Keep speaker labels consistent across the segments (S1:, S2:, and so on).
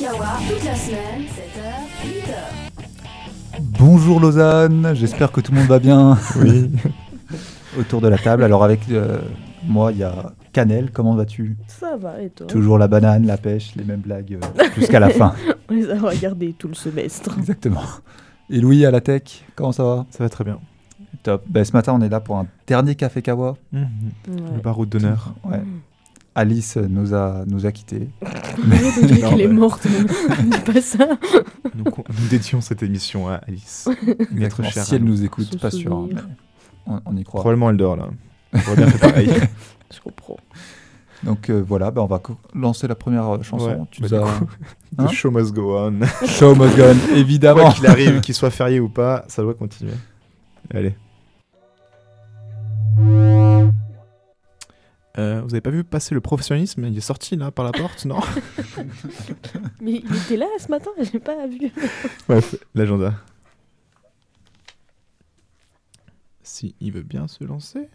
S1: Kawa, toute la semaine, 7h, 8h.
S2: Bonjour Lausanne, j'espère que tout le monde va bien
S3: Oui,
S2: autour de la table. Alors avec euh, moi, il y a Canel, comment vas-tu
S4: Ça va, et toi
S2: Toujours la banane, la pêche, les mêmes blagues euh, jusqu'à la fin.
S4: On les a regardés tout le semestre.
S2: Exactement. Et Louis à la tech, comment ça va
S3: ça va très bien.
S2: Top. Ben, ce matin, on est là pour un dernier café Kawa. Mhm.
S3: Le baroud d'honneur.
S2: Ouais. Alice nous a, nous a quittés. Non,
S4: Elle est
S2: mais-
S4: morte, on dit pas ça.
S3: Nous, con- nous dédions cette émission à Alice. Notre
S2: Exactement.
S3: chère
S2: Si elle
S3: Alice.
S2: nous écoute,
S4: Son
S2: pas sûr. hein,
S4: souvenir.
S2: mais On, on y croit.
S3: Probablement elle dort là. J'aurais bien fait pareil.
S4: Je comprends.
S2: Donc euh, voilà, ben, on va co- lancer la première euh, chanson.
S3: Ouais.
S2: Tu
S3: Bah,
S2: nous
S3: du
S2: as-
S3: The
S2: Hein Ah
S3: show must go on.
S2: Show must go on,
S3: Quoi
S2: évidemment.
S3: qu'il arrive, qu'il soit férié ou pas, ça doit continuer. Allez. Euh, vous avez pas vu passer le professionnalisme Il est sorti là par la porte, non
S4: Mais il était là ce matin, j'ai pas vu.
S3: Bref, l'agenda. Si il veut bien se lancer.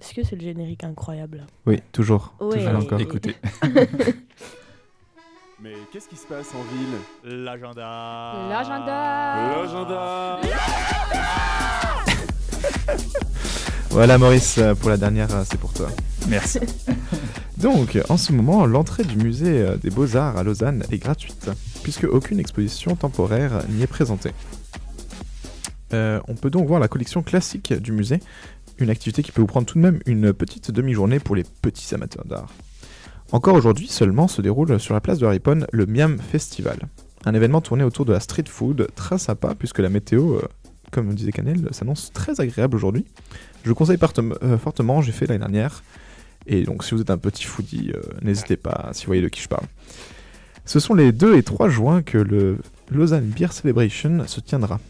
S4: Est-ce que c'est le générique incroyable là
S3: Oui, toujours.
S4: Ouais.
S3: Toujours encore.
S4: Écoutez.
S5: Mais qu'est-ce qui se passe en ville
S6: L'agenda.
S7: L'agenda.
S5: L'agenda
S3: Voilà Maurice, euh, pour la dernière, euh, c'est pour toi.
S2: Merci.
S3: Donc, en ce moment, l'entrée du musée euh, des Beaux-Arts à Lausanne est gratuite, puisque aucune exposition temporaire n'y est présentée. Euh, on peut donc voir la collection classique du musée, une activité qui peut vous prendre tout de même une petite demi-journée pour les petits amateurs d'art. Encore aujourd'hui seulement se déroule sur la place de Ripon le Miam Festival, un événement tourné autour de la street food, très sympa puisque la météo, euh, comme disait Canel, s'annonce très agréable aujourd'hui. Je vous conseille partem- euh, fortement, j'ai fait l'année dernière, et donc, si vous êtes un petit foodie, euh, n'hésitez pas, si vous voyez de qui je parle. Ce sont les 2 et 3 juin que le Lausanne Beer Celebration se tiendra.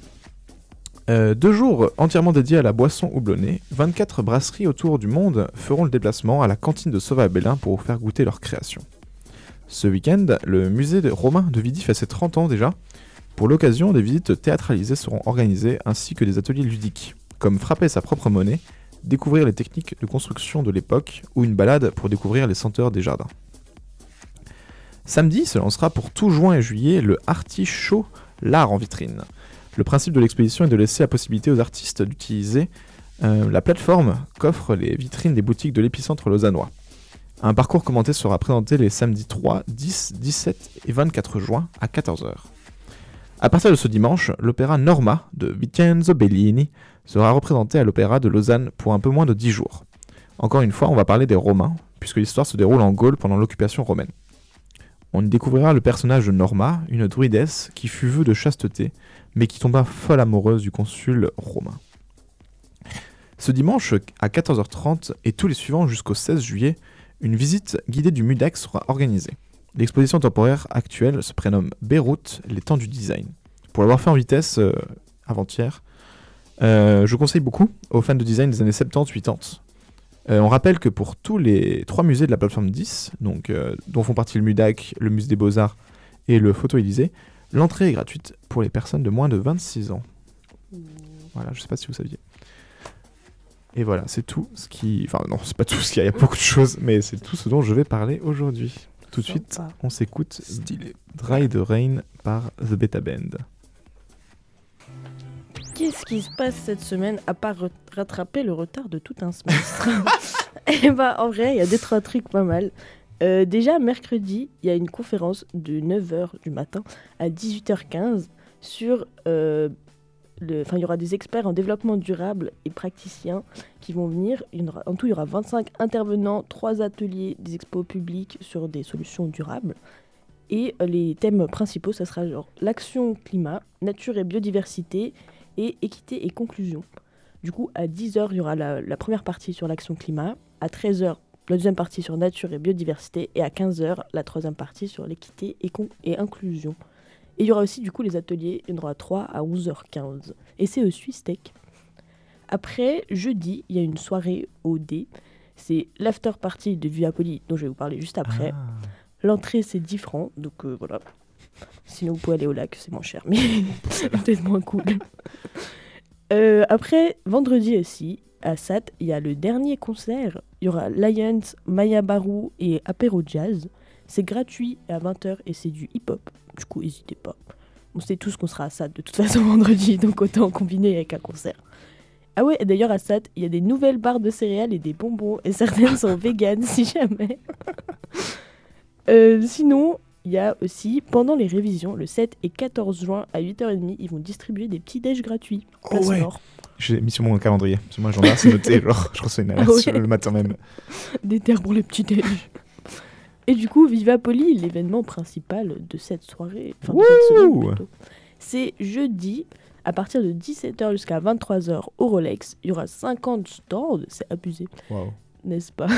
S3: Euh, deux jours entièrement dédiés à la boisson houblonnée, 24 brasseries autour du monde feront le déplacement à la cantine de Sauva à Bélin pour vous faire goûter leur création. Ce week-end, le musée de romain de Vidy fait ses 30 ans déjà. Pour l'occasion, des visites théâtralisées seront organisées ainsi que des ateliers ludiques, comme frapper sa propre monnaie, découvrir les techniques de construction de l'époque ou une balade pour découvrir les senteurs des jardins. Samedi se lancera pour tout juin et juillet le Artichaut L'Art en vitrine. Le principe de l'exposition est de laisser la possibilité aux artistes d'utiliser euh, la plateforme qu'offrent les vitrines des boutiques de l'épicentre lausannois. Un parcours commenté sera présenté les samedis 3, 10, 17 et 24 juin à 14h. À partir de ce dimanche, l'opéra Norma de Vincenzo Bellini sera représenté à l'Opéra de Lausanne pour un peu moins de 10 jours. Encore une fois, on va parler des Romains, puisque l'histoire se déroule en Gaule pendant l'occupation romaine. On y découvrira le personnage de Norma, une druidesse qui fut veuve de chasteté, mais qui tomba folle amoureuse du consul romain. Ce dimanche, à 14h30 et tous les suivants jusqu'au 16 juillet, une visite guidée du MUDEX sera organisée. L'exposition temporaire actuelle se prénomme Beyrouth, les temps du design. Pour l'avoir fait en vitesse euh, avant-hier, euh, je conseille beaucoup aux fans de design des années 70-80. Euh, on rappelle que pour tous les trois musées de la plateforme 10, donc, euh, dont font partie le MUDAC, le Musée des Beaux-Arts et le Photo Élysée, l'entrée est gratuite pour les personnes de moins de 26 ans. Voilà, je sais pas si vous saviez. Et voilà, c'est tout ce qui. Enfin, non, c'est pas tout ce qu'il y a, il y a beaucoup de choses, mais c'est tout ce dont je vais parler aujourd'hui. Tout de suite,
S4: Sympa.
S3: on s'écoute Dry the Rain par The Beta Band.
S4: Qu'est-ce qui se passe cette semaine à part re- rattraper le retard de tout un semestre Eh bah en vrai, il y a des trois trucs pas mal. Euh, déjà mercredi, il y a une conférence de 9h du matin à 18h15 sur euh, le enfin il y aura des experts en développement durable et praticiens qui vont venir, Il y en aura- en tout il y aura 25 intervenants, trois ateliers, des expos publics sur des solutions durables. Et euh, les thèmes principaux, ça sera genre l'action climat, nature et biodiversité, et équité et conclusion. Du coup, à 10h, il y aura la, la première partie sur l'action climat, à 13h, la deuxième partie sur nature et biodiversité, et à 15h, la troisième partie sur l'équité et, con- et inclusion. Et il y aura aussi, du coup, les ateliers, il y en aura 3 à 11h15. Et c'est au Swiss Tech. Après, jeudi, il y a une soirée au D. C'est l'after party de Viapoli, dont je vais vous parler juste après. L'entrée, c'est 10 francs, donc euh, voilà. Sinon, vous pouvez aller au lac, c'est moins cher, mais c'est peut-être moins cool. Euh, après, vendredi aussi, à Sat, il y a le dernier concert. Il y aura Lions, Maya Barou et Apéro Jazz. C'est gratuit à 20h et c'est du hip-hop. Du coup, n'hésitez pas. On sait tous qu'on sera à Sade de toute façon vendredi, donc autant combiner avec un concert. Ah ouais, et d'ailleurs à Sade, il y a des nouvelles barres de céréales et des bonbons, et certaines sont véganes si jamais. Euh, sinon, il y a aussi, pendant les révisions, le 7 et 14 juin à 8h30, ils vont distribuer des petits déj gratuits. Place
S3: ouais.
S4: Nord.
S3: J'ai mis sur mon calendrier. Parce que moi, j'en ai c'est noté. Genre, je reçois une alerte
S4: Ah ouais.
S3: sur- le matin même.
S4: Des terres pour les petits déj. Et du coup, Viva Poli, l'événement principal de cette soirée, enfin de cette semaine
S3: Wouh
S4: plutôt, c'est jeudi à partir de 17h jusqu'à 23h au Rolex. Il y aura 50 stands, c'est abusé,
S3: Waouh.
S4: n'est-ce pas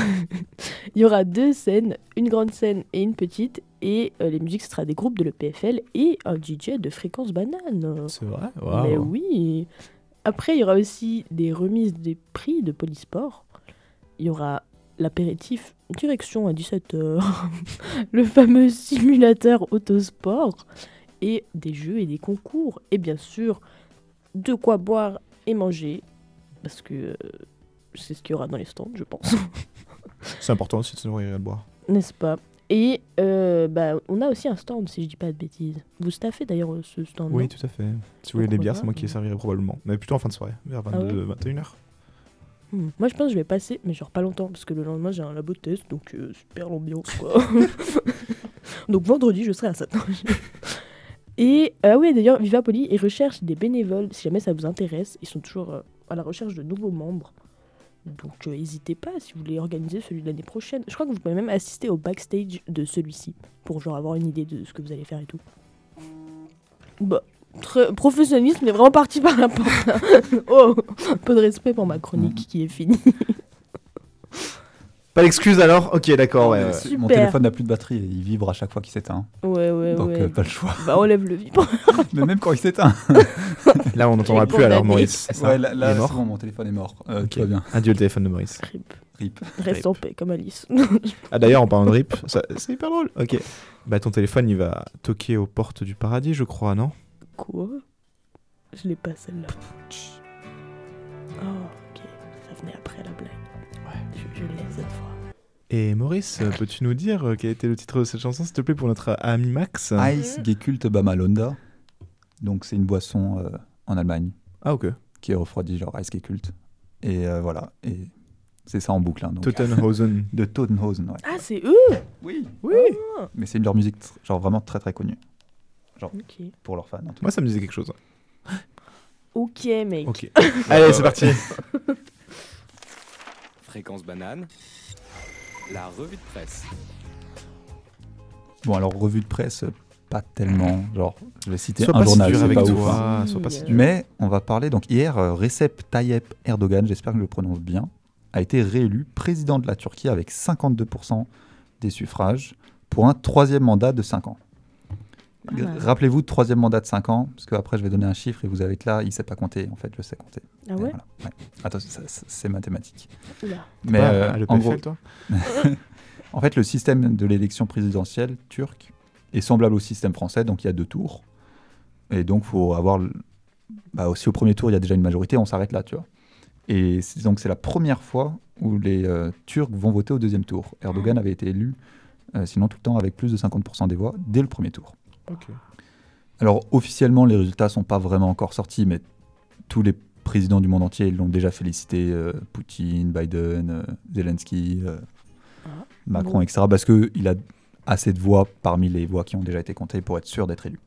S4: Il y aura deux scènes, une grande scène et une petite, et euh, les musiques, ce sera des groupes de l'EPFL et un DJ de fréquence banane.
S3: C'est vrai
S4: Mais
S3: Waouh.
S4: oui. Après, il y aura aussi des remises des prix de Polysport. Il y aura l'apéritif direction à 17h, le fameux simulateur autosport, et des jeux et des concours. Et bien sûr, de quoi boire et manger, parce que euh, c'est ce qu'il y aura dans les stands, je pense.
S3: C'est important aussi de se nourrir et de boire.
S4: N'est-ce pas Et euh, bah, on a aussi un stand, si je dis pas de bêtises. Vous staffez d'ailleurs euh, ce stand non
S3: Oui, tout à fait. Si vous voulez des
S4: Pourquoi
S3: bières,
S4: pas
S3: c'est moi qui les servirai probablement. Mais plutôt en fin de soirée, vers
S4: Ah ouais
S3: 22, 21h.
S4: Hmm. Moi, je pense que je vais passer, mais genre pas longtemps, parce que le lendemain, j'ai un labo de test, donc euh, super l'ambiance, quoi. donc vendredi, je serai à ça. Et ah oui, d'ailleurs, Viva Poli, ils recherchent des bénévoles, si jamais ça vous intéresse. Ils sont toujours euh, à la recherche de nouveaux membres. Donc euh, n'hésitez pas si vous voulez organiser celui de l'année prochaine. Je crois que vous pouvez même assister au backstage de celui-ci, pour genre avoir une idée de ce que vous allez faire et tout. Bah, très professionnalisme est vraiment parti par la porte. là. oh, un peu de respect pour ma
S2: Mm.
S4: chronique qui est finie.
S3: Pas d'excuses alors Ok, d'accord,
S4: Ah,
S3: ouais. ouais.
S2: Mon- Mon
S4: Super.
S2: téléphone n'a plus de batterie, et il vibre à chaque fois qu'il s'éteint.
S4: Ouais, ouais,
S2: donc
S4: ouais.
S2: euh, pas le choix.
S4: Bah, enlève le vibre.
S2: Mais même quand il s'éteint.
S3: Là, on n'entendra
S4: Il est
S3: plus alors
S4: condamné.
S3: Maurice. c'est ça
S2: Ouais, là, là,
S3: Il est
S2: c'est
S3: mort
S2: bon, mon téléphone est mort. Euh,
S3: Ok.
S2: Tout va bien.
S3: Adieu le téléphone de Maurice.
S4: Rip.
S2: Rip.
S4: Reste en paix, comme Alice.
S3: Ah d'ailleurs, en parlant de RIP, ça- c'est hyper drôle. Ok. Bah ton téléphone, il va toquer aux portes du paradis, je crois, non
S4: Quoi Je l'ai pas celle-là. Oh, ok. Ça venait après la blague. Ouais. Je, je l'ai cette fois.
S3: Et Maurice, euh, peux-tu nous dire euh, quel était le titre de cette chanson, s'il te plaît, pour notre euh, ami Max
S2: Ice Gekühlte Bamalonda. Donc c'est une boisson euh, en Allemagne
S3: Ah ok.
S2: qui est refroidie, genre Ice Gekühlt. Et euh, voilà. Et c'est ça en boucle. hein, donc.
S3: Tottenhausen.
S2: De Totenhausen, ouais.
S4: Ah, c'est eux
S2: Oui.
S3: Oui
S4: Oh.
S2: Mais c'est une de leur musique, tr- genre vraiment très très connue
S4: Ok.
S2: pour leurs fans. En tout cas.
S3: Moi, ça me disait quelque chose. hein.
S4: Ok, mec.
S3: Ok. Allez, c'est parti.
S7: Fréquence banane, la revue de presse.
S2: Bon, alors revue de presse, euh, pas tellement. Genre, je vais citer
S3: Sois
S2: un
S3: pas si
S2: journal,
S3: dur
S2: c'est
S3: avec
S2: pas ouf, hein.
S3: toi. Ah, Sois pas si dur.
S2: Mais on va parler, donc hier, euh, Recep Tayyip Erdogan, j'espère que je le prononce bien, a été réélu président de la Turquie avec 52% des suffrages pour un troisième mandat de 5 ans.
S4: Pas mal.
S2: Rappelez-vous, troisième mandat de 5 ans, parce qu'après je vais donner un chiffre et vous allez être là, il sait pas compter, en fait, je sais compter.
S4: Ah
S2: Mais
S4: ouais
S2: voilà, ouais. Attends, ça- ça- c'est mathématique.
S4: Oula.
S2: Mais
S3: Ah,
S2: euh,
S3: ah, le
S2: en,
S3: PFL,
S2: gros,
S3: toi
S2: en fait, le système de l'élection présidentielle turque est semblable au système français, donc il y a deux tours. Et donc, faut avoir. le- Bah, aussi au premier tour, il y a déjà une majorité, on s'arrête là, tu vois. Et c'est- donc, c'est la première fois où les euh, Turcs vont voter au deuxième tour. Erdogan avait été élu, euh, sinon tout le temps, avec plus de 50% des voix dès le premier tour.
S3: Ok.
S2: Alors, officiellement, les résultats sont pas vraiment encore sortis, mais tous les présidents du monde entier l'ont déjà félicité euh, Poutine, Biden, euh, Zelensky, euh,
S4: Ah.
S2: Macron,
S4: Bon.
S2: etc. Parce qu'il a assez de voix parmi les voix qui ont déjà été comptées pour être sûr d'être élu.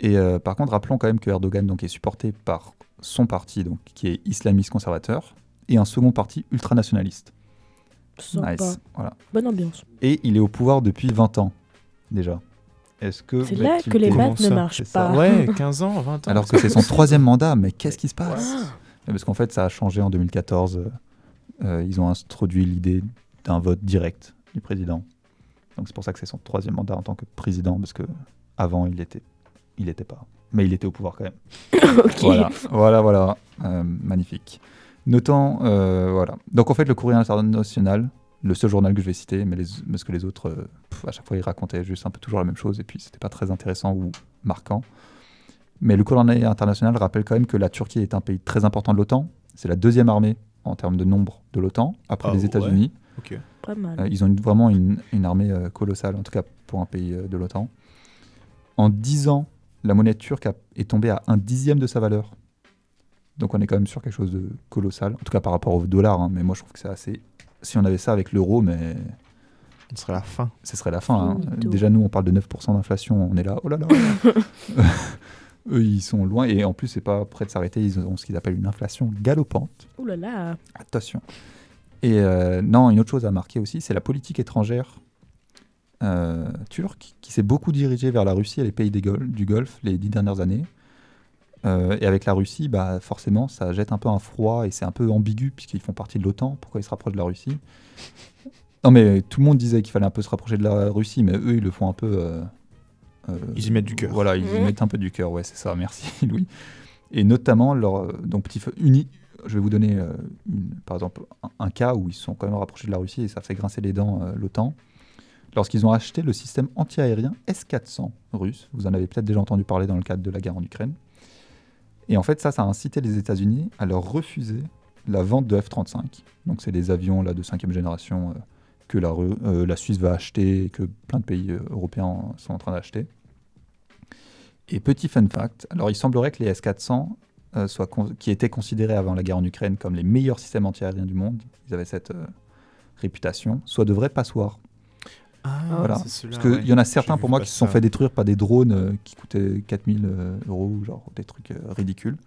S2: Et euh, par contre, rappelons quand même que Erdogan donc, est supporté par son parti, donc, qui est islamiste conservateur, et un second parti ultranationaliste.
S4: Sympa.
S2: Nice. Voilà.
S4: Bonne ambiance.
S2: Et il est au pouvoir depuis 20 ans, déjà. Est-ce que.
S4: C'est là
S2: va-t-il
S4: que les
S2: dé-
S3: comment
S4: maths ne
S3: ça
S4: marchent
S2: hein, C'est ça.
S4: pas.
S3: Ouais, 15 ans, 20 ans.
S2: Alors que c'est son troisième mandat, mais qu'est-ce qui se passe
S4: Ah.
S2: Mais Parce qu'en fait, ça a changé en 2014. euh, euh, ils ont introduit l'idée d'un vote direct du président. Donc c'est pour ça que c'est son troisième mandat en tant que président, parce que avant il était, il n'était pas, mais il était au pouvoir quand même.
S4: ok.
S2: Voilà, voilà, voilà. Euh, magnifique. Notant, euh, voilà. Donc en fait, le courrier international, le seul journal que je vais citer, mais les, parce que les autres, euh, pff, à chaque fois, ils racontaient juste un peu toujours la même chose, et puis c'était pas très intéressant ou marquant. Mais le courrier international rappelle quand même que la Turquie est un pays très important de l'OTAN. C'est la deuxième armée en termes de nombre de l'OTAN, après
S3: Ah,
S2: les
S3: ouais.
S2: États-Unis.
S3: Ok.
S4: pas mal.
S2: Euh, ils ont une- vraiment une, une armée euh, colossale, en tout cas pour un pays euh, de l'OTAN. En 10 ans, la monnaie turque a- est tombée à un dixième de sa valeur. Donc on est quand même sur quelque chose de colossal, en tout cas par rapport au dollar. hein, mais moi je trouve que c'est assez. Si on avait ça avec l'euro, mais
S3: Ce serait la fin.
S2: ce serait la fin. hein.
S4: Finito.
S2: Déjà nous on parle de 9% d'inflation, on est là, oh là là. oh là. Eux ils sont loin et en plus c'est pas prêt de s'arrêter, ils ont ce qu'ils appellent une inflation galopante.
S4: Ouh là là.
S2: Attention. Et euh, non, une autre chose à marquer aussi, c'est la politique étrangère euh, turque qui s'est beaucoup dirigée vers la Russie et les pays des Gol- du Golfe les dix dernières années. Euh, et avec la Russie, bah, forcément, ça jette un peu un froid et c'est un peu ambigu puisqu'ils font partie de l'OTAN. Pourquoi ils se rapprochent de la Russie Non, mais tout le monde disait qu'il fallait un peu se rapprocher de la Russie, mais eux, ils le font un peu. euh, euh,
S3: Ils y mettent du cœur.
S2: Voilà, ils y
S4: Mhm.
S2: mettent un peu du cœur, ouais, c'est ça, merci Louis. Et notamment, leur, euh, donc, petit feu uni, je vais vous donner, euh, une- par exemple, un, un cas où ils se sont quand même rapprochés de la Russie et ça fait grincer les dents euh, l'OTAN. Lorsqu'ils ont acheté le système antiaérien S-400 russe, vous en avez peut-être déjà entendu parler dans le cadre de la guerre en Ukraine. Et en fait, ça, ça a incité les États-Unis à leur refuser la vente de F-35. Donc, c'est des avions là, de cinquième génération euh, que la, Ru- euh, la Suisse va acheter et que plein de pays euh, européens sont en train d'acheter. Et petit fun fact, alors il semblerait que les S-400 euh, soient con- qui étaient considérés avant la guerre en Ukraine comme les meilleurs systèmes antiaériens du monde, ils avaient cette euh, réputation, soient de vrais passoires.
S3: Ah,
S2: Voilà.
S3: c'est celui-là,
S2: Parce qu'il
S3: ouais.
S2: y en a certains
S3: J'ai
S2: pour
S3: vu
S2: moi
S3: passer
S2: qui se sont
S3: ça.
S2: fait détruire par des drones euh, qui coûtaient 4000 euh, euros, genre des trucs euh, ridicules.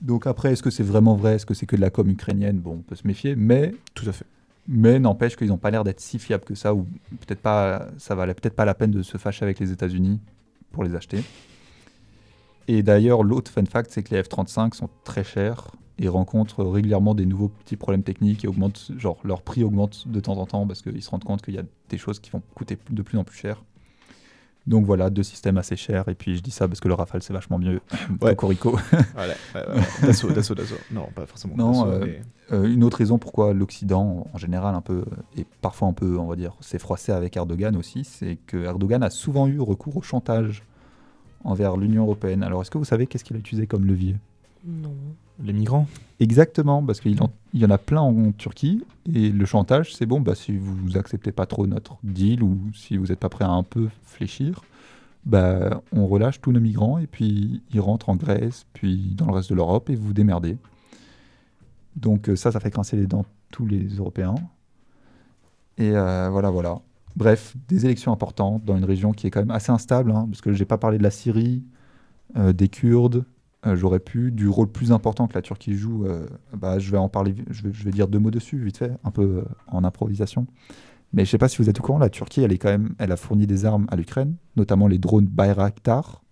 S2: Donc après, est-ce que c'est vraiment vrai Est-ce que c'est que de la com ukrainienne Bon, on peut se méfier, mais
S3: Tout à fait.
S2: mais n'empêche qu'ils n'ont pas l'air d'être si fiables que ça, ou peut-être pas, ça valait peut-être pas la peine de se fâcher avec les États-Unis pour les acheter. Et d'ailleurs, l'autre fun fact, c'est que les F-35 sont très chers et rencontrent régulièrement des nouveaux petits problèmes techniques et augmentent, genre leur prix augmente de temps en temps parce qu'ils se rendent compte qu'il y a des choses qui vont coûter de plus en plus cher. Donc voilà, deux systèmes assez chers. Et puis je dis ça parce que le Rafale c'est vachement mieux.
S3: Ouais.
S2: Cocorico.
S3: Voilà, ouais, ouais, ouais. Dassault, Dassault, Dassault. Non, pas forcément.
S2: Non,
S3: Dassault,
S2: euh,
S3: mais-
S2: Euh, une autre raison pourquoi l'Occident, en général, un peu, et parfois un peu, on va dire, s'est froissé avec Erdogan aussi, c'est que Erdogan a souvent eu recours au chantage envers l'Union européenne. Alors, est-ce que vous savez qu'est-ce qu'il a utilisé comme levier
S4: Non.
S3: Les migrants.
S2: Exactement, parce qu'il en- il y en a plein en Turquie, et le chantage, c'est bon, bah, si vous acceptez pas trop notre deal, ou si vous n'êtes pas prêt à un peu fléchir, bah, on relâche tous nos migrants, et puis ils rentrent en Grèce, puis dans le reste de l'Europe, et vous vous démerdez. Donc euh, ça, ça fait grincer les dents tous les Européens. Et euh, voilà, voilà. Bref, des élections importantes dans une région qui est quand même assez instable, hein, parce que j'ai pas parlé de la Syrie, euh, des Kurdes, euh, j'aurais pu, du rôle plus important que la Turquie joue, euh, bah, je vais en parler, je vais, je vais dire deux mots dessus, vite fait, un peu euh, en improvisation. Mais je sais pas si vous êtes au courant, la Turquie, elle, est quand même, elle a fourni des armes à l'Ukraine, notamment les drones Bayraktar,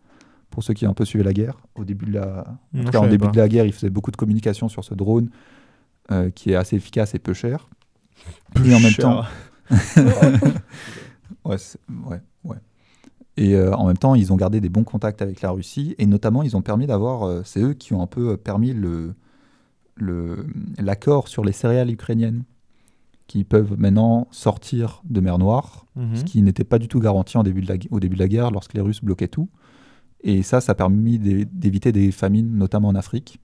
S2: pour ceux qui ont un peu suivi la guerre. Au début de la, en
S3: Non,
S2: tout
S3: je
S2: cas, en
S3: savais
S2: début
S3: pas.
S2: de la guerre, ils faisaient beaucoup de communication sur ce drone, euh, qui est assez efficace et peu cher. et en même
S3: Cher.
S2: temps, Ouais, c'est- ouais, ouais. Et euh, en même temps, ils ont gardé des bons contacts avec la Russie et notamment, ils ont permis d'avoir. euh, c'est eux qui ont un peu euh, permis le le- l'accord sur les céréales ukrainiennes qui peuvent maintenant sortir de mer Noire,
S3: Mhm.
S2: ce qui n'était pas du tout garanti en début de la gu- au début de la guerre lorsque les Russes bloquaient tout. Et ça, ça a permis d'é- d'éviter des famines, notamment en Afrique.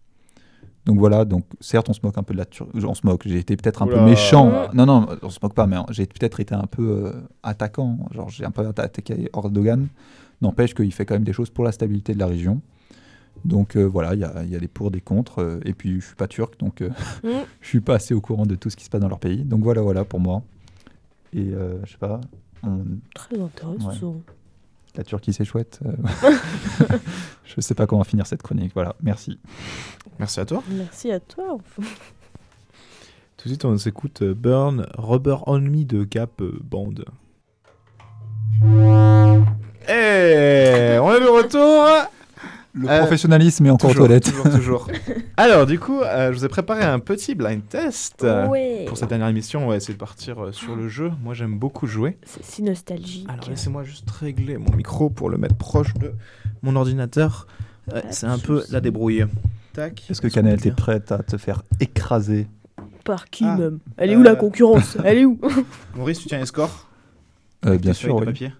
S2: Donc voilà, donc certes, on se moque un peu de la Turquie. On se moque, j'ai été peut-être un peu
S3: Oula.
S2: méchant. Non, non, on se moque pas, mais j'ai peut-être été un peu euh, attaquant. Genre, j'ai un peu atta- attaqué Erdogan. N'empêche qu'il fait quand même des choses pour la stabilité de la région. Donc euh, voilà, il y a, il y a des pour, des contre. euh, et puis, je suis pas turc, donc euh,
S4: Mm.
S2: je suis pas assez au courant de tout ce qui se passe dans leur pays. Donc voilà, voilà pour moi. Et euh, je sais pas, on-
S4: Très intéressant.
S2: la Turquie, c'est chouette. euh, je sais pas comment finir cette chronique. Voilà, merci.
S3: Merci à toi.
S4: Merci à toi. enfin.
S3: Tout de suite, on s'écoute euh, Burn, Rubber On Me de Gap euh, Band. Eh, on est de retour hein.
S2: Le
S3: Euh,
S2: professionnalisme est encore aux
S3: Toujours,
S2: toilettes.
S3: Toujours, toujours. Alors, du coup, euh, je vous ai préparé un petit blind test. euh,
S4: ouais. Ah.
S3: Pour cette dernière émission, on va essayer de partir euh, sur le jeu. Moi, j'aime beaucoup jouer.
S4: C'est si nostalgique.
S2: Ah,
S3: Alors, laissez-moi juste régler mon micro pour le mettre proche de mon ordinateur. Ouais,
S4: Pas de
S3: C'est un peu
S4: souci.
S3: la débrouille. Tac.
S2: Est-ce que
S3: qu'on
S2: Canel,
S3: peut
S2: t'es
S3: dire
S2: prête à te faire écraser
S4: Par qui
S3: Ah,
S4: même Elle est où la
S3: euh,
S4: concurrence Elle est où
S3: Maurice, tu tiens les scores
S2: Euh,
S3: avec
S2: Bien
S3: tes feuilles
S2: sûr,
S3: de
S2: oui.
S3: papier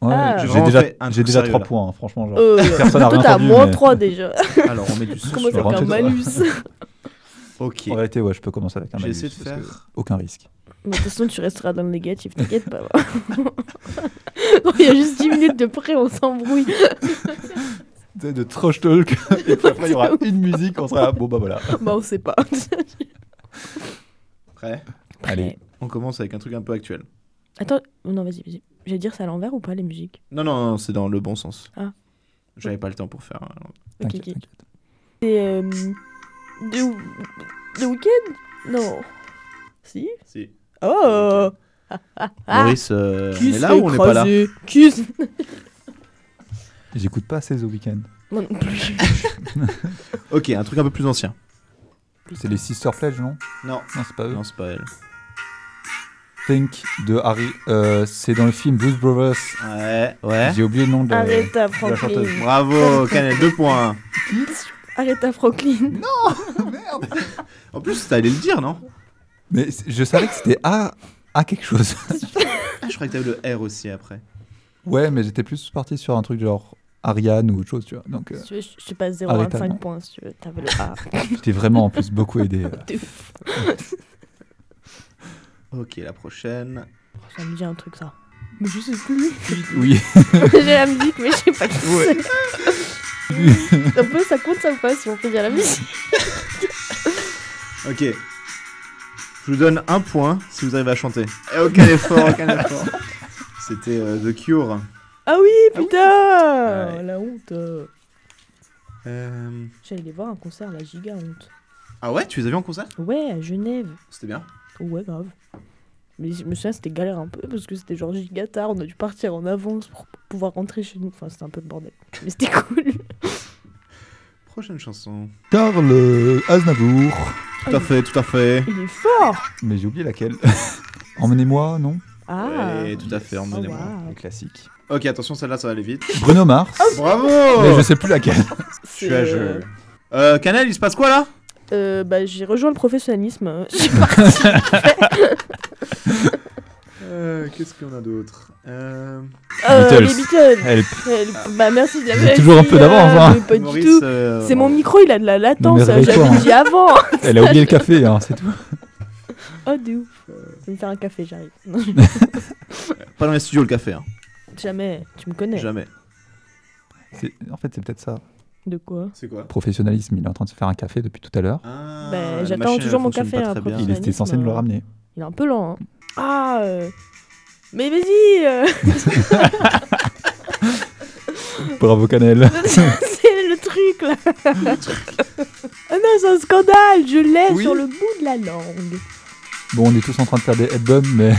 S2: Ouais,
S4: Ah. J'ai
S2: J'ai
S3: vraiment
S2: déjà,
S3: fait un
S2: j'ai
S3: truc
S2: déjà
S3: sérieux,
S2: 3
S3: là.
S2: points, hein, franchement. genre.
S4: Euh,
S2: Personne n'a
S4: Toi,
S2: rien
S4: t'as
S2: entendu,
S4: moins
S2: mais-
S4: 3 déjà.
S3: Alors, on met du son
S4: Comment
S2: vais
S4: ça
S3: sur
S4: fait un
S2: rentrer, ça.
S4: malus
S3: Ok.
S2: En réalité, ouais, je peux commencer avec un
S3: J'ai
S2: malus,
S3: essayé de
S2: parce que
S3: faire.
S2: Aucun risque.
S4: Mais de toute façon, tu resteras dans le négatif, t'inquiète pas. Il y a juste 10 minutes de près, on s'embrouille.
S2: Tu sais, de trash talk. Et puis après, il y aura une musique, on sera là. Bon, bah voilà.
S4: bah, on sait pas.
S3: Prêt
S2: Allez.
S3: On commence avec un truc un peu actuel.
S4: Attends, oh non, vas-y, vas-y. J'allais dire, c'est à l'envers ou pas les musiques
S3: Non, non, non, c'est dans le bon sens.
S4: Ah.
S3: J'avais pas le temps pour faire. un-
S4: Ok,
S2: T'inquiète,
S4: ok.
S2: t'inquiète.
S4: C'est. euh, The The Weeknd Non. Si
S3: Si.
S4: Oh Ah.
S3: Maurice, euh, on
S4: Qui
S3: est
S4: se
S3: là ou on n'est pas là
S4: écrasé Qui se-
S2: J'écoute pas assez The Weeknd.
S4: Moi non plus.
S3: Ok, un truc un peu plus ancien.
S2: C'est les Sister Pledge, non
S3: Non.
S2: Non, c'est pas eux.
S3: Non, c'est pas elle.
S2: Think de Harry. euh, c'est dans le film Blues Brothers.
S3: Ouais, ouais.
S2: J'ai oublié le nom de la-
S4: Arrêta
S2: Ben, la chanteuse.
S4: Franklin.
S3: Bravo, Canel, deux points.
S4: Arrêta Franklin.
S3: En plus, t'allais le dire, non
S2: Mais c'est- je savais que c'était A, A quelque chose.
S3: Ah, je crois que t'avais le R aussi après.
S2: ouais, mais j'étais plus parti sur un truc genre Ariane ou autre chose, tu vois. Donc, euh,
S4: Si tu veux, Je je te passe
S2: Arrêta, non.
S4: 0,25 points si tu veux. T'avais le Ah, A.
S2: j'étais vraiment en plus beaucoup aidé. euh.
S4: De ouf.
S3: Ok, la prochaine.
S4: Ça me dit un truc ça. Mais je sais plus.
S2: Oui.
S4: J'ai la musique, mais je sais pas qui c'est. ça, peut, ça compte ça ou pas si on peut dire la musique
S3: Ok. Je vous donne un point si vous arrivez à chanter. Et aucun Eh, oh, effort, aucun effort. C'était euh, The Cure.
S4: Ah oui, putain
S3: Ouais.
S4: La honte. euh.
S3: Euh,
S4: J'allais les voir un concert, la giga honte.
S3: Ah ouais, tu les as vus en concert
S4: Ouais, à Genève.
S3: C'était bien.
S4: Ouais, grave. Mais je me souviens, c'était galère un peu parce que c'était genre giga tard. On a dû partir en avance pour pouvoir rentrer chez nous. Enfin, c'était un peu le bordel. Mais c'était cool.
S3: Prochaine chanson.
S2: Carl euh, Aznavour.
S3: Tout à fait, tout à fait.
S4: Il est fort
S2: Mais j'ai oublié laquelle. Emmenez-moi, non
S4: Ah
S3: Ouais, tout à fait,
S4: Oh,
S3: emmenez-moi.
S4: waouh.
S2: Les classiques.
S3: Ok, attention, celle-là, ça va aller vite.
S2: Bruno Mars. Mais
S3: Bravo
S2: je sais plus laquelle.
S3: Je suis à jeu. Euh, Canel, il se passe quoi là
S4: Euh, bah, j'ai rejoint le professionnalisme.
S3: euh, Qu'est-ce qu'on a d'autre euh...
S4: Euh,
S2: Beatles.
S4: Les Beatles.
S2: Help.
S4: Euh, le- Bah merci de la
S2: Vous êtes toujours un peu d'avance,
S4: Ah,
S2: hein.
S4: mais Pas
S3: Maurice,
S4: du tout.
S3: euh,
S4: C'est mon
S3: bravo.
S4: micro, il a de la latence. euh,
S2: Non, mais réveille-toi,
S4: J'avais
S2: hein.
S4: dit avant.
S2: Elle a oublié le café, hein, c'est tout.
S4: Oh de ouf.
S3: Euh,
S4: Je vais me faire un café, j'arrive. Non,
S3: Pas dans les studios le café, hein.
S4: Jamais. Tu me connais.
S3: jamais.
S2: C'est- En fait, c'est peut-être ça.
S4: De quoi
S3: C'est quoi
S2: Professionnalisme, il est en train de se faire un café depuis tout à l'heure.
S3: ah,
S4: Ben,
S3: la
S4: j'attends
S3: machine, elle
S4: toujours mon
S3: fonctionne
S4: café,
S3: pas
S4: hein,
S3: très bien.
S4: prof.
S2: Il était censé me le ramener.
S4: Il est un peu lent. hein. Ah. euh, Mais vas-y. euh,
S2: Bravo Canel.
S4: C'est le truc là. Ah non, c'est un scandale. Je l'ai
S2: Oui.
S4: sur le bout de la langue.
S2: Bon, on est tous en train de faire des headbums, mais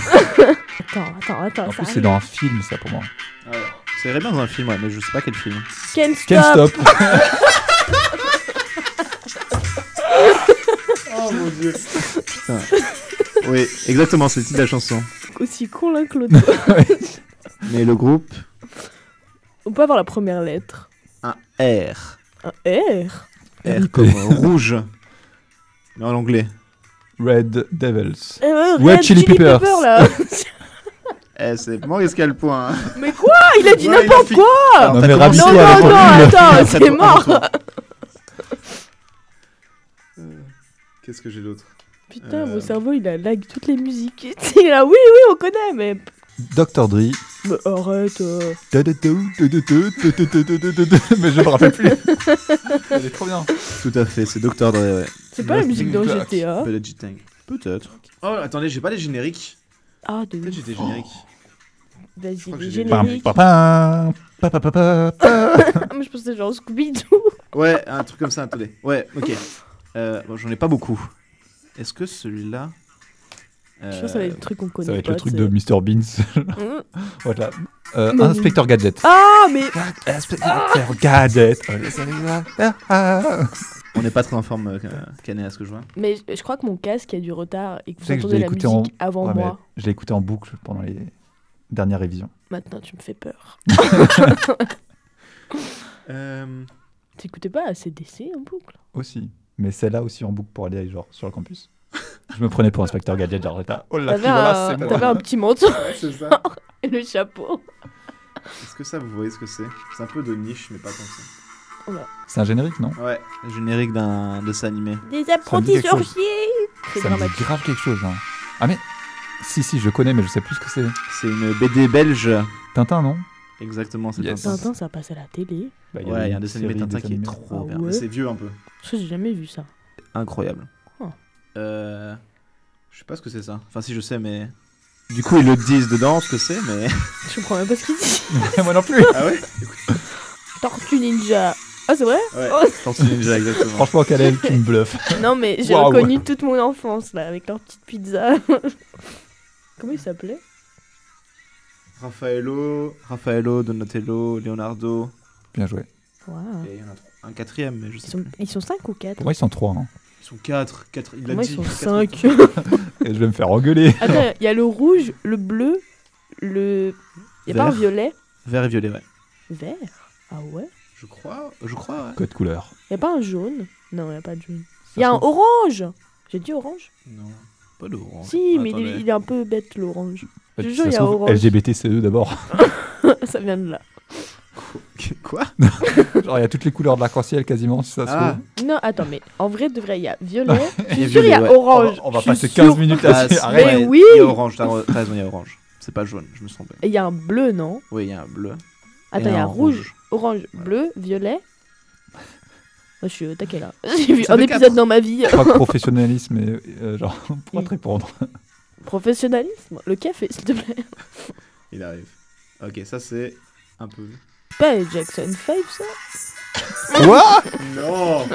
S4: Attends, attends, attends.
S2: en plus
S4: ça
S2: c'est
S4: arrive.
S2: dans un film, ça pour moi.
S3: Ah ouais. Ça irait bien dans un film, ouais, mais je sais pas quel film.
S4: Can't stop.
S2: Ken Stop.
S3: Oh mon dieu Putain. Oui, exactement, c'est le titre de la chanson.
S4: Aussi con l'un que l'autre.
S3: Mais le groupe,
S4: On peut avoir la première lettre.
S3: un R.
S4: Un R. Eh,
S3: R comme euh, rouge. Mais en anglais.
S2: Red Devils.
S4: Euh,
S2: Ouais,
S4: Red
S2: Chili Peppers.
S4: Pepper, là.
S3: Eh, c'est Maurice qui a le point. hein.
S4: Mais quoi Il a dit
S3: Ouais, il a
S4: n'importe
S3: fi-
S4: quoi
S3: Alors,
S2: Non,
S3: t'as
S2: mais Rabbi,
S3: commencé-
S4: Non,
S2: Ici,
S4: non,
S2: à la
S4: non,
S2: formule.
S4: attends,
S3: Après,
S4: c'est
S3: toi,
S4: mort
S3: Euh, Qu'est-ce que j'ai d'autre
S4: Putain,
S3: Euh.
S4: mon cerveau, il a lag toutes les musiques. Il est là, oui, oui, on connaît, mais...
S2: Dr. Dre.
S4: mais arrête euh.
S2: Tadadou, tadadou, tadadou, tadadou, Mais je me rappelle plus. Elle est trop bien.
S3: Tout à fait, c'est Docteur Dre, ouais.
S4: C'est pas la
S2: Lost
S4: musique
S2: in
S4: dans
S2: Clock.
S4: GTA
S3: Peut-être Jitang. Peut-être. Oh, attendez, j'ai pas les génériques.
S4: Ah, de
S3: Peut-être j'ai des génériques.
S4: Vas-y,
S3: crois que
S4: les
S3: j'ai des-
S2: Pam,
S4: génériques.
S2: pam, pam, pa, pa, pa, pa, pa.
S4: Ah, mais je pensais genre Scooby-Doo.
S3: Ouais, un truc comme ça, attendez. Ouais, ok.
S4: Oh.
S3: Euh, bon, j'en ai pas beaucoup. Est-ce que celui-là. euh,
S4: Je pense que ça va être le truc qu'on connaît
S2: Euh, Ça va être
S4: pas,
S2: le truc
S4: c'est- Hmm.
S2: de Mr Beans.
S4: Hum.
S2: Voilà. Euh,
S4: Non.
S2: Inspecteur Gadget.
S4: Ah, mais...
S2: Inspecteur Gadget. Ah, ah.
S3: On n'est pas très en forme, euh, Canet, à ce que je vois.
S4: Mais je- je crois que mon casque a du retard et que
S2: Tu
S4: vous
S2: sais que je
S4: entendez
S2: l'ai
S4: la musique
S2: écouté en-
S4: avant
S2: Ouais, mais
S4: moi.
S2: Je l'ai écouté en boucle pendant les dernières révisions.
S4: Maintenant, tu me fais peur.
S3: Euh,
S4: T'écoutais pas ACDC en boucle
S2: Aussi. Mais celle-là aussi en boucle pour aller genre sur le campus. Je me prenais pour Inspecteur Gadget, genre j'étais là, Oh là,
S4: T'avais
S2: là,
S4: un...
S2: c'est
S4: t'avais
S2: moi.
S4: un petit manteau
S3: c'est ça.
S4: et le chapeau.
S3: Est-ce que ça, vous voyez ce que c'est C'est un peu de niche, mais pas tant que ça.
S2: C'est un générique, non
S3: Ouais, le générique d'un dessin animé.
S4: Des
S2: apprentis
S4: apprentis
S2: quelque chose.
S4: sorciers C'est
S2: Ça me dit
S4: dramatique.
S2: grave quelque chose. hein. Ah mais Si, si, je connais, mais je sais plus ce que c'est.
S3: C'est une BD belge.
S2: Tintin, non
S3: Exactement, c'est
S2: Yes.
S3: Tintin.
S4: Tintin, ça passe à la télé.
S2: Bah,
S3: Ouais, il y a un dessin animé
S2: série,
S3: Tintin
S2: des
S3: qui est
S2: animés.
S3: trop
S4: Ah
S3: bien.
S4: ouais
S3: Mais C'est vieux un peu.
S4: Je j'ai jamais vu ça.
S3: Incroyable.
S4: Oh.
S3: Euh, je sais pas ce que c'est ça. Enfin, si je sais, mais. Du coup, ils le disent dedans ce que c'est, mais.
S4: Je comprends même pas ce qu'il dit.
S2: Moi non plus
S3: Ah ouais
S4: Tortue Ninja. Ah, c'est vrai
S3: Ouais.
S4: Oh,
S3: Tortue Ninja, exactement.
S2: Franchement, Kalel, tu me bluffes.
S4: Non, mais j'ai
S2: Waouh.
S4: reconnu toute mon enfance, là, avec leur petite pizza. Comment il s'appelait
S3: Raffaello, Raffaello, Donatello, Leonardo.
S2: Bien joué.
S4: Waouh.
S3: Et il y en a trois. un quatrième, mais je
S4: Ils
S3: sais
S4: sont,
S3: plus.
S4: ils sont 5 ou 4
S2: Pour moi, ils sont trois. hein.
S3: Ils sont quatre. quatre il a
S4: Moi,
S3: dit
S4: ils sont
S3: quatre
S4: 5.
S3: autres.
S2: Et je vais me faire engueuler.
S4: Attends, il y a le rouge, le bleu, le. Il a pas un
S3: Vert.
S4: violet
S3: Vert et violet, ouais.
S4: Vert Ah ouais
S3: Je crois, je crois, ouais.
S2: Code couleur.
S4: Il a pas un jaune Non, il a pas de jaune. Il y a un orange J'ai dit orange
S3: Non, pas d'orange.
S4: Si, mais il
S3: Attendez.
S4: est, il est un peu bête, l'orange.
S2: Ça
S4: Je jure, il y
S2: se
S4: a
S2: trouve,
S4: orange.
S2: LGBTCE E d'abord.
S4: ça vient de là.
S3: Quoi
S2: Genre, il y a toutes les couleurs de l'arc-en-ciel quasiment, si ça se
S3: Ah.
S2: trouve.
S4: Non, attends, mais en vrai, de vrai, il y a violet. Je suis
S3: Et
S4: sûre, il y a
S3: violet, ouais.
S2: On
S4: orange.
S2: va- On va
S4: Oh, Je suis
S2: passer
S4: sûre.
S2: 15 minutes
S3: Ah,
S2: là-dessus.
S3: c'est-
S2: Arrête.
S4: Mais
S3: ouais,
S4: oui
S3: Il y a orange, t'as ra- t'as raison, il y a orange. C'est pas jaune, je me sens bête.
S4: Et Il y a un bleu, non
S3: Oui, il y a un bleu.
S4: Attends,
S3: Et
S4: il y a
S3: un
S4: un rouge, orange, bleu, violet. Moi, je suis au taquet là. J'ai vu
S3: Ça
S4: un
S3: fait
S4: épisode
S3: quatre.
S4: dans ma vie.
S2: Je crois que professionnalisme, et, euh, genre, on pourra te répondre.
S4: Professionnalisme. Le café, s'il te plaît.
S3: Il arrive. Ok, ça c'est un peu.
S4: Pas Jackson 5, ça
S2: Quoi
S3: Non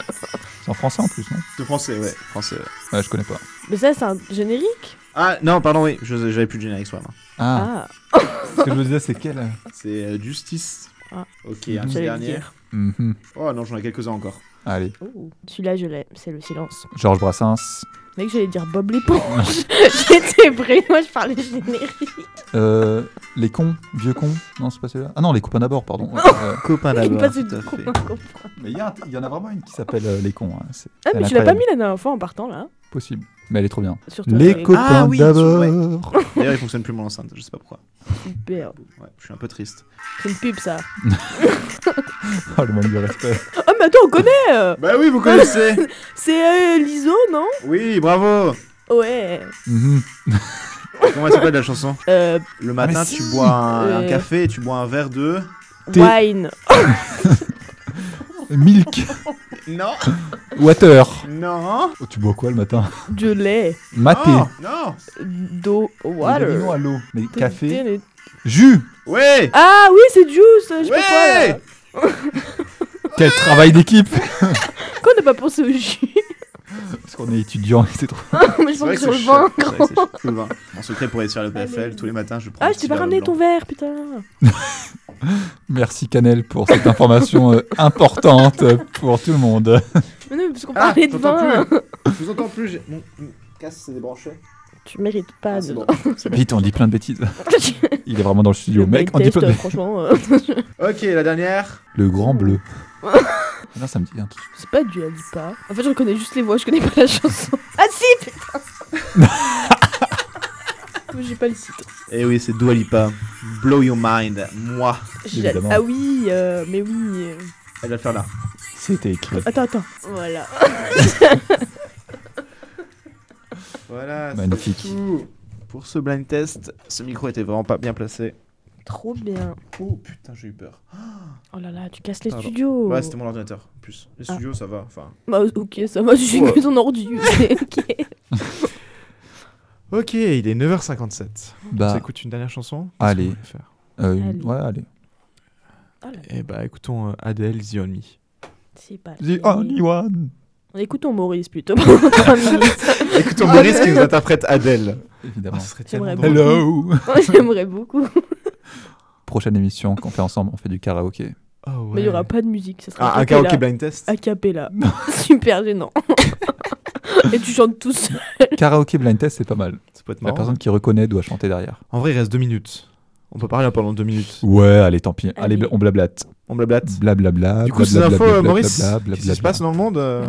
S2: C'est en français en plus, non
S3: De français, ouais. Français, ouais.
S2: Ouais, je connais pas.
S4: Mais ça, c'est un générique
S3: Ah non, pardon, oui, je- j'avais plus de générique sur la main.
S2: Ah,
S4: Ah,
S2: ce que je me disais, c'est quel euh,
S3: C'est euh, Justice.
S4: Ah.
S3: Ok, un petit
S4: j'allais le
S3: dernier.
S4: dire.
S2: mhm.
S3: Oh non, j'en ai quelques-uns encore.
S2: Allez,
S4: Oh. Celui-là, je l'ai. C'est le silence.
S2: Georges Brassens.
S4: Mec, j'allais dire Bob l'éponge. J'étais prêt. Moi, je parlais générique.
S2: Euh, les cons, vieux cons. Non, c'est pas celui-là. Ah non, les copains d'abord, pardon. Ouais, euh,
S3: Copain
S4: Il
S3: d'abord.
S4: passe hein, du
S3: tout à
S4: coup.
S3: fait.
S2: mais il y, a un- il y en a vraiment une qui s'appelle euh, Les cons. hein. C'est
S4: Ah,
S2: elle
S4: mais
S2: est
S4: tu l'as pas
S2: incroyable.
S4: mis la dernière fois en partant là. hein,
S2: Possible. Mais elle est trop bien.
S4: Surtout
S2: Les
S4: avec-
S2: copains
S3: Ah oui,
S2: d'abord.
S3: D'ailleurs, il fonctionne plus mon enceinte, je sais pas pourquoi.
S4: Super.
S3: Ouais, je suis un peu triste.
S4: C'est une pub, ça.
S2: Ah, le manque de respect.
S4: Ah, mais attends, on connaît euh.
S3: Bah oui, vous connaissez
S4: C'est euh, l'ISO, non
S3: Oui, bravo
S4: Ouais.
S2: Mhm.
S3: Comment elle s'appelle la chanson
S4: Euh,
S3: Le matin,
S2: si.
S3: tu bois un, un
S4: Euh.
S3: café et tu bois un verre de.
S2: T'es-
S4: Wine.
S2: Milk,
S3: Non
S2: water.
S3: Non
S2: Oh, tu bois quoi le matin
S4: De lait.
S2: Maté.
S3: Oh, Non
S4: D'eau.
S2: Mais non à
S4: Oh, Water.
S2: l'eau. Mais café. Jus.
S3: Ouais
S4: Ah oui, c'est juice. Je sais pas quoi.
S3: Ouais
S4: là.
S2: Quel
S4: Ah.
S2: travail d'équipe
S4: Pourquoi on n'a pas pensé au jus
S2: Parce qu'on est étudiant et c'est trop.
S4: Moi, je
S3: C'est vrai
S4: pensais
S3: que
S4: sur
S3: c'est
S4: le vin.
S3: chiant, c'est vrai que c'est chiant, le vin. Mon secret pour aller sur le PFL, tous les matins, je prends.
S4: Ah,
S3: un
S4: je
S3: petit
S4: t'ai pas
S3: verre
S4: ramené
S3: blanc.
S4: ton verre, putain.
S2: Merci Canel pour cette information euh, importante pour tout le monde.
S4: Mais non, parce qu'on
S3: Ah,
S4: parlait de vin.
S3: t'entends Je vous entends plus, j'ai- mon mon casque s'est débranché.
S4: Tu mérites pas
S3: Ah,
S4: de.
S3: c'est bon. c'est bon.
S2: Vite, on dit plein de bêtises. Il est vraiment dans le studio,
S4: Le
S2: mec.
S4: mec,
S2: On dit plein de...
S4: franchement, euh,
S3: Ok, la dernière.
S2: Le grand bleu. Là, Ah ça me dit un truc.
S4: c'est pas du Alipa. En fait, je reconnais juste les voix, je connais pas la chanson. Ah si, putain Mais J'ai pas le titre.
S3: Eh oui, c'est Dua Lipa. Blow your mind, moi.
S4: J'ai-
S2: Évidemment.
S4: Ah oui, euh, mais oui. euh.
S3: Elle va le faire là.
S2: C'était écrit.
S4: Attends, attends. Voilà.
S3: Voilà, c'est
S2: Magnifique.
S3: tout. Pour ce blind test, ce micro était vraiment pas bien placé.
S4: Trop bien.
S3: Oh putain, j'ai eu peur.
S4: Oh là là, tu casses les
S3: Pardon.
S4: studios.
S3: Ouais, c'était mon ordinateur. En plus, les studios, ça va. Enfin.
S4: Bah, ok, ça va, j'ai
S3: Ouais.
S4: que ton ordi. ok.
S8: Ok, il est 9h57.
S2: Bah,
S8: Ça écoute une dernière chanson
S2: Allez.
S8: Qu'est-ce qu'on va faire
S2: euh,
S4: Allez.
S2: ouais, allez.
S8: Eh bah, écoutons euh, Adele, The On Me.
S4: Oh C'est pas.
S2: The only one.
S4: On écoute ton Maurice plutôt pendant 3 minutes.
S8: Écoutons Boris qui nous interprète Adele.
S2: Évidemment.
S8: Ah, serait
S4: J'aimerais
S8: drôle.
S2: Hello.
S4: J'aimerais beaucoup.
S2: Prochaine émission qu'on fait ensemble, on fait du karaoké.
S8: Ah ouais.
S4: Mais il y aura pas de musique, ça sera
S8: Ah, un
S4: a cappella.
S8: karaoke
S3: bah.
S8: blind test
S4: A cappella. Super gênant. Et tu chantes tous.
S2: Karaoké blind test, c'est pas mal.
S8: Ça peut être
S2: La
S8: marrant.
S2: personne qui reconnaît doit chanter derrière.
S8: En vrai, il reste deux minutes. On peut parler pendant deux minutes.
S2: Ouais, allez, tant pis. Allez,
S4: Allez.
S2: bla- on blablate.
S8: On blablate.
S2: Blablabla.
S8: Du coup, ces
S2: blablabla,
S8: infos, euh,
S2: blablabla,
S8: Maurice,
S2: blablabla.
S8: qu'est-ce qui se passe dans le monde euh,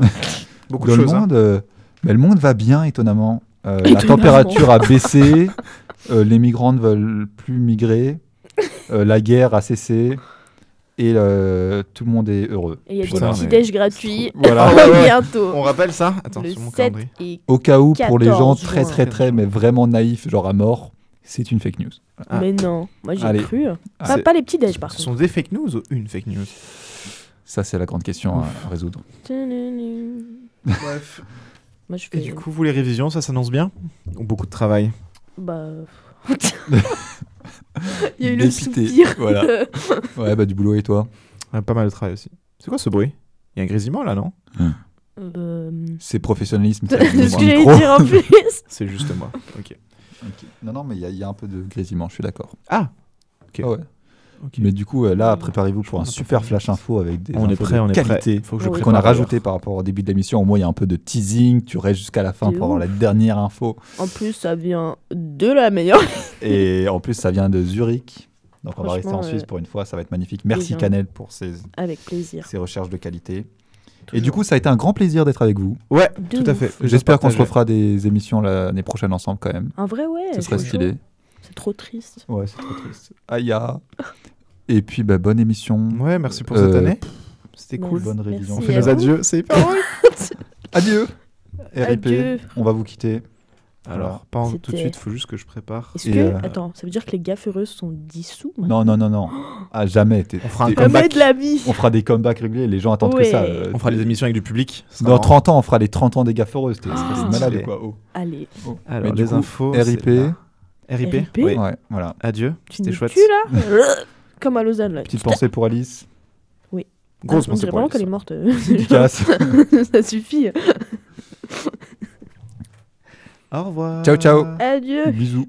S8: Beaucoup
S2: Dans
S8: de
S2: le
S8: choses. hein.
S2: monde, euh, mais le monde va bien étonnamment. Euh, la
S4: Étonnamment.
S2: température a baissé, euh, les migrants ne veulent plus migrer, euh, la guerre a cessé, et euh, tout le monde est heureux.
S4: Et il y a
S3: Putain,
S4: des petits
S3: mais-
S4: déj gratuits Oh,
S2: Voilà.
S9: Ah ouais, ouais.
S4: bientôt.
S3: Oh,
S9: On rappelle ça Attends,
S4: Le
S9: sur mon
S4: 7
S9: calendrier.
S4: et
S2: Au cas où, pour les gens
S4: 14
S2: très
S4: juin.
S2: très très, mais vraiment naïfs, genre à mort, c'est une fake news.
S9: Ah.
S4: Mais non, moi j'ai
S2: Allez.
S4: cru.
S2: Ah,
S4: Pas,
S2: c'est-
S4: pas les petits déj par
S3: Ce
S4: contre.
S3: sont des fake news ou une fake news
S2: Ça, c'est la grande question à à résoudre.
S4: Bref. Moi je
S3: Et
S4: fais.
S3: du coup, vous, les révisions, ça s'annonce bien Ou beaucoup de travail
S4: Bah. Il y a eu le
S2: Dépité, Ah.
S4: soupir.
S2: voilà. Ouais, bah du boulot et toi
S3: Ouais, Pas mal de travail aussi. C'est quoi ce bruit Il y a un grésillement là, non
S4: Euh,
S2: C'est professionnalisme. ça,
S4: C'est ce
S2: du
S4: que
S2: micro.
S4: j'allais dire en plus.
S3: C'est juste moi. Ok.
S2: Ok. Non, non, mais il y, a- il y a un peu de grésillement, je suis d'accord.
S3: Ah Ok.
S2: Ah ouais.
S3: Ok.
S2: Mais du coup, euh, là, préparez-vous pour un
S3: Je pense
S2: super
S3: que-
S2: flash info avec des
S3: On
S2: infos
S3: est
S2: de
S3: prêt, on est
S2: qualité.
S3: prêt. Faut que je
S4: Oui.
S3: prépare
S2: Qu'on a
S3: d'ailleurs.
S2: rajouté par rapport au début de l'émission, au moins il y a un peu de teasing, tu restes jusqu'à la fin
S4: De
S2: pour avoir la dernière info.
S4: En plus, ça vient de la meilleure.
S2: Et en plus, ça vient de Zurich, donc on va rester
S4: Franchement,
S2: en Suisse
S4: euh,
S2: pour une fois, ça va être magnifique. Merci
S4: gens.
S2: Canel pour ses,
S4: Avec plaisir.
S2: ses recherches de qualité. Et du coup, ça a été un grand plaisir d'être avec vous.
S3: Ouais,
S4: De
S3: tout à
S4: ouf.
S3: fait.
S2: J'espère qu'on se
S3: Partagez.
S2: refera des émissions l'année prochaine ensemble quand même.
S4: En vrai, ouais.
S2: Ce serait
S4: je suis
S2: stylé.
S4: chaud. C'est trop triste.
S2: Ouais, c'est trop triste. Aïe. ah. Et puis, bah, bonne émission.
S3: Ouais, merci pour
S2: Euh,
S3: cette année. C'était
S4: Merci.
S3: cool.
S2: Bonne révision.
S4: Merci
S3: On
S2: On
S3: fait
S4: à
S3: nos
S4: vous.
S3: adieux. C'est hyper drôle.
S2: Adieu. RIP.
S4: Adieu.
S2: On va vous quitter.
S3: Alors, pas en- tout de
S4: C'était-
S3: suite, faut juste que je prépare.
S4: Est-ce
S2: Et,
S4: que.
S2: euh,
S4: Attends, ça veut dire que les gaffes heureuses sont dissous maintenant
S2: Non, non, non, non. À jamais. T'es-
S3: On fera un
S2: t'es-
S3: comeback.
S4: Jamais de la vie
S2: on fera des comebacks réguliers. Les gens attendent
S4: Ouais.
S2: que ça. euh,
S3: On fera des émissions avec du public. Ce sera
S2: Dans
S3: marrant.
S2: 30 ans, on fera les 30 ans des gaffes heureuses. T'es
S4: Ah.
S2: t'es malade
S3: Stylé.
S2: ou quoi oh.
S4: Allez,
S2: Mais
S3: Alors,
S2: du
S3: les
S2: coup,
S3: infos. c'est
S2: RIP.
S3: là. RIP.
S4: RIP.
S3: Oui.
S2: Ouais, voilà.
S3: Adieu.
S4: tu
S3: C'était
S4: nous
S3: chouette.
S4: tues, là Comme à Lausanne là. Ah,
S2: Petite pensée pour Alice.
S3: Grosse
S4: on
S3: pensée
S4: dirait
S3: pour
S4: vraiment qu'elle est
S3: elle.
S4: morte.
S2: Dédicace.
S4: ça suffit.
S3: Au revoir.
S2: Ciao, ciao.
S4: Adieu.
S2: Bisous.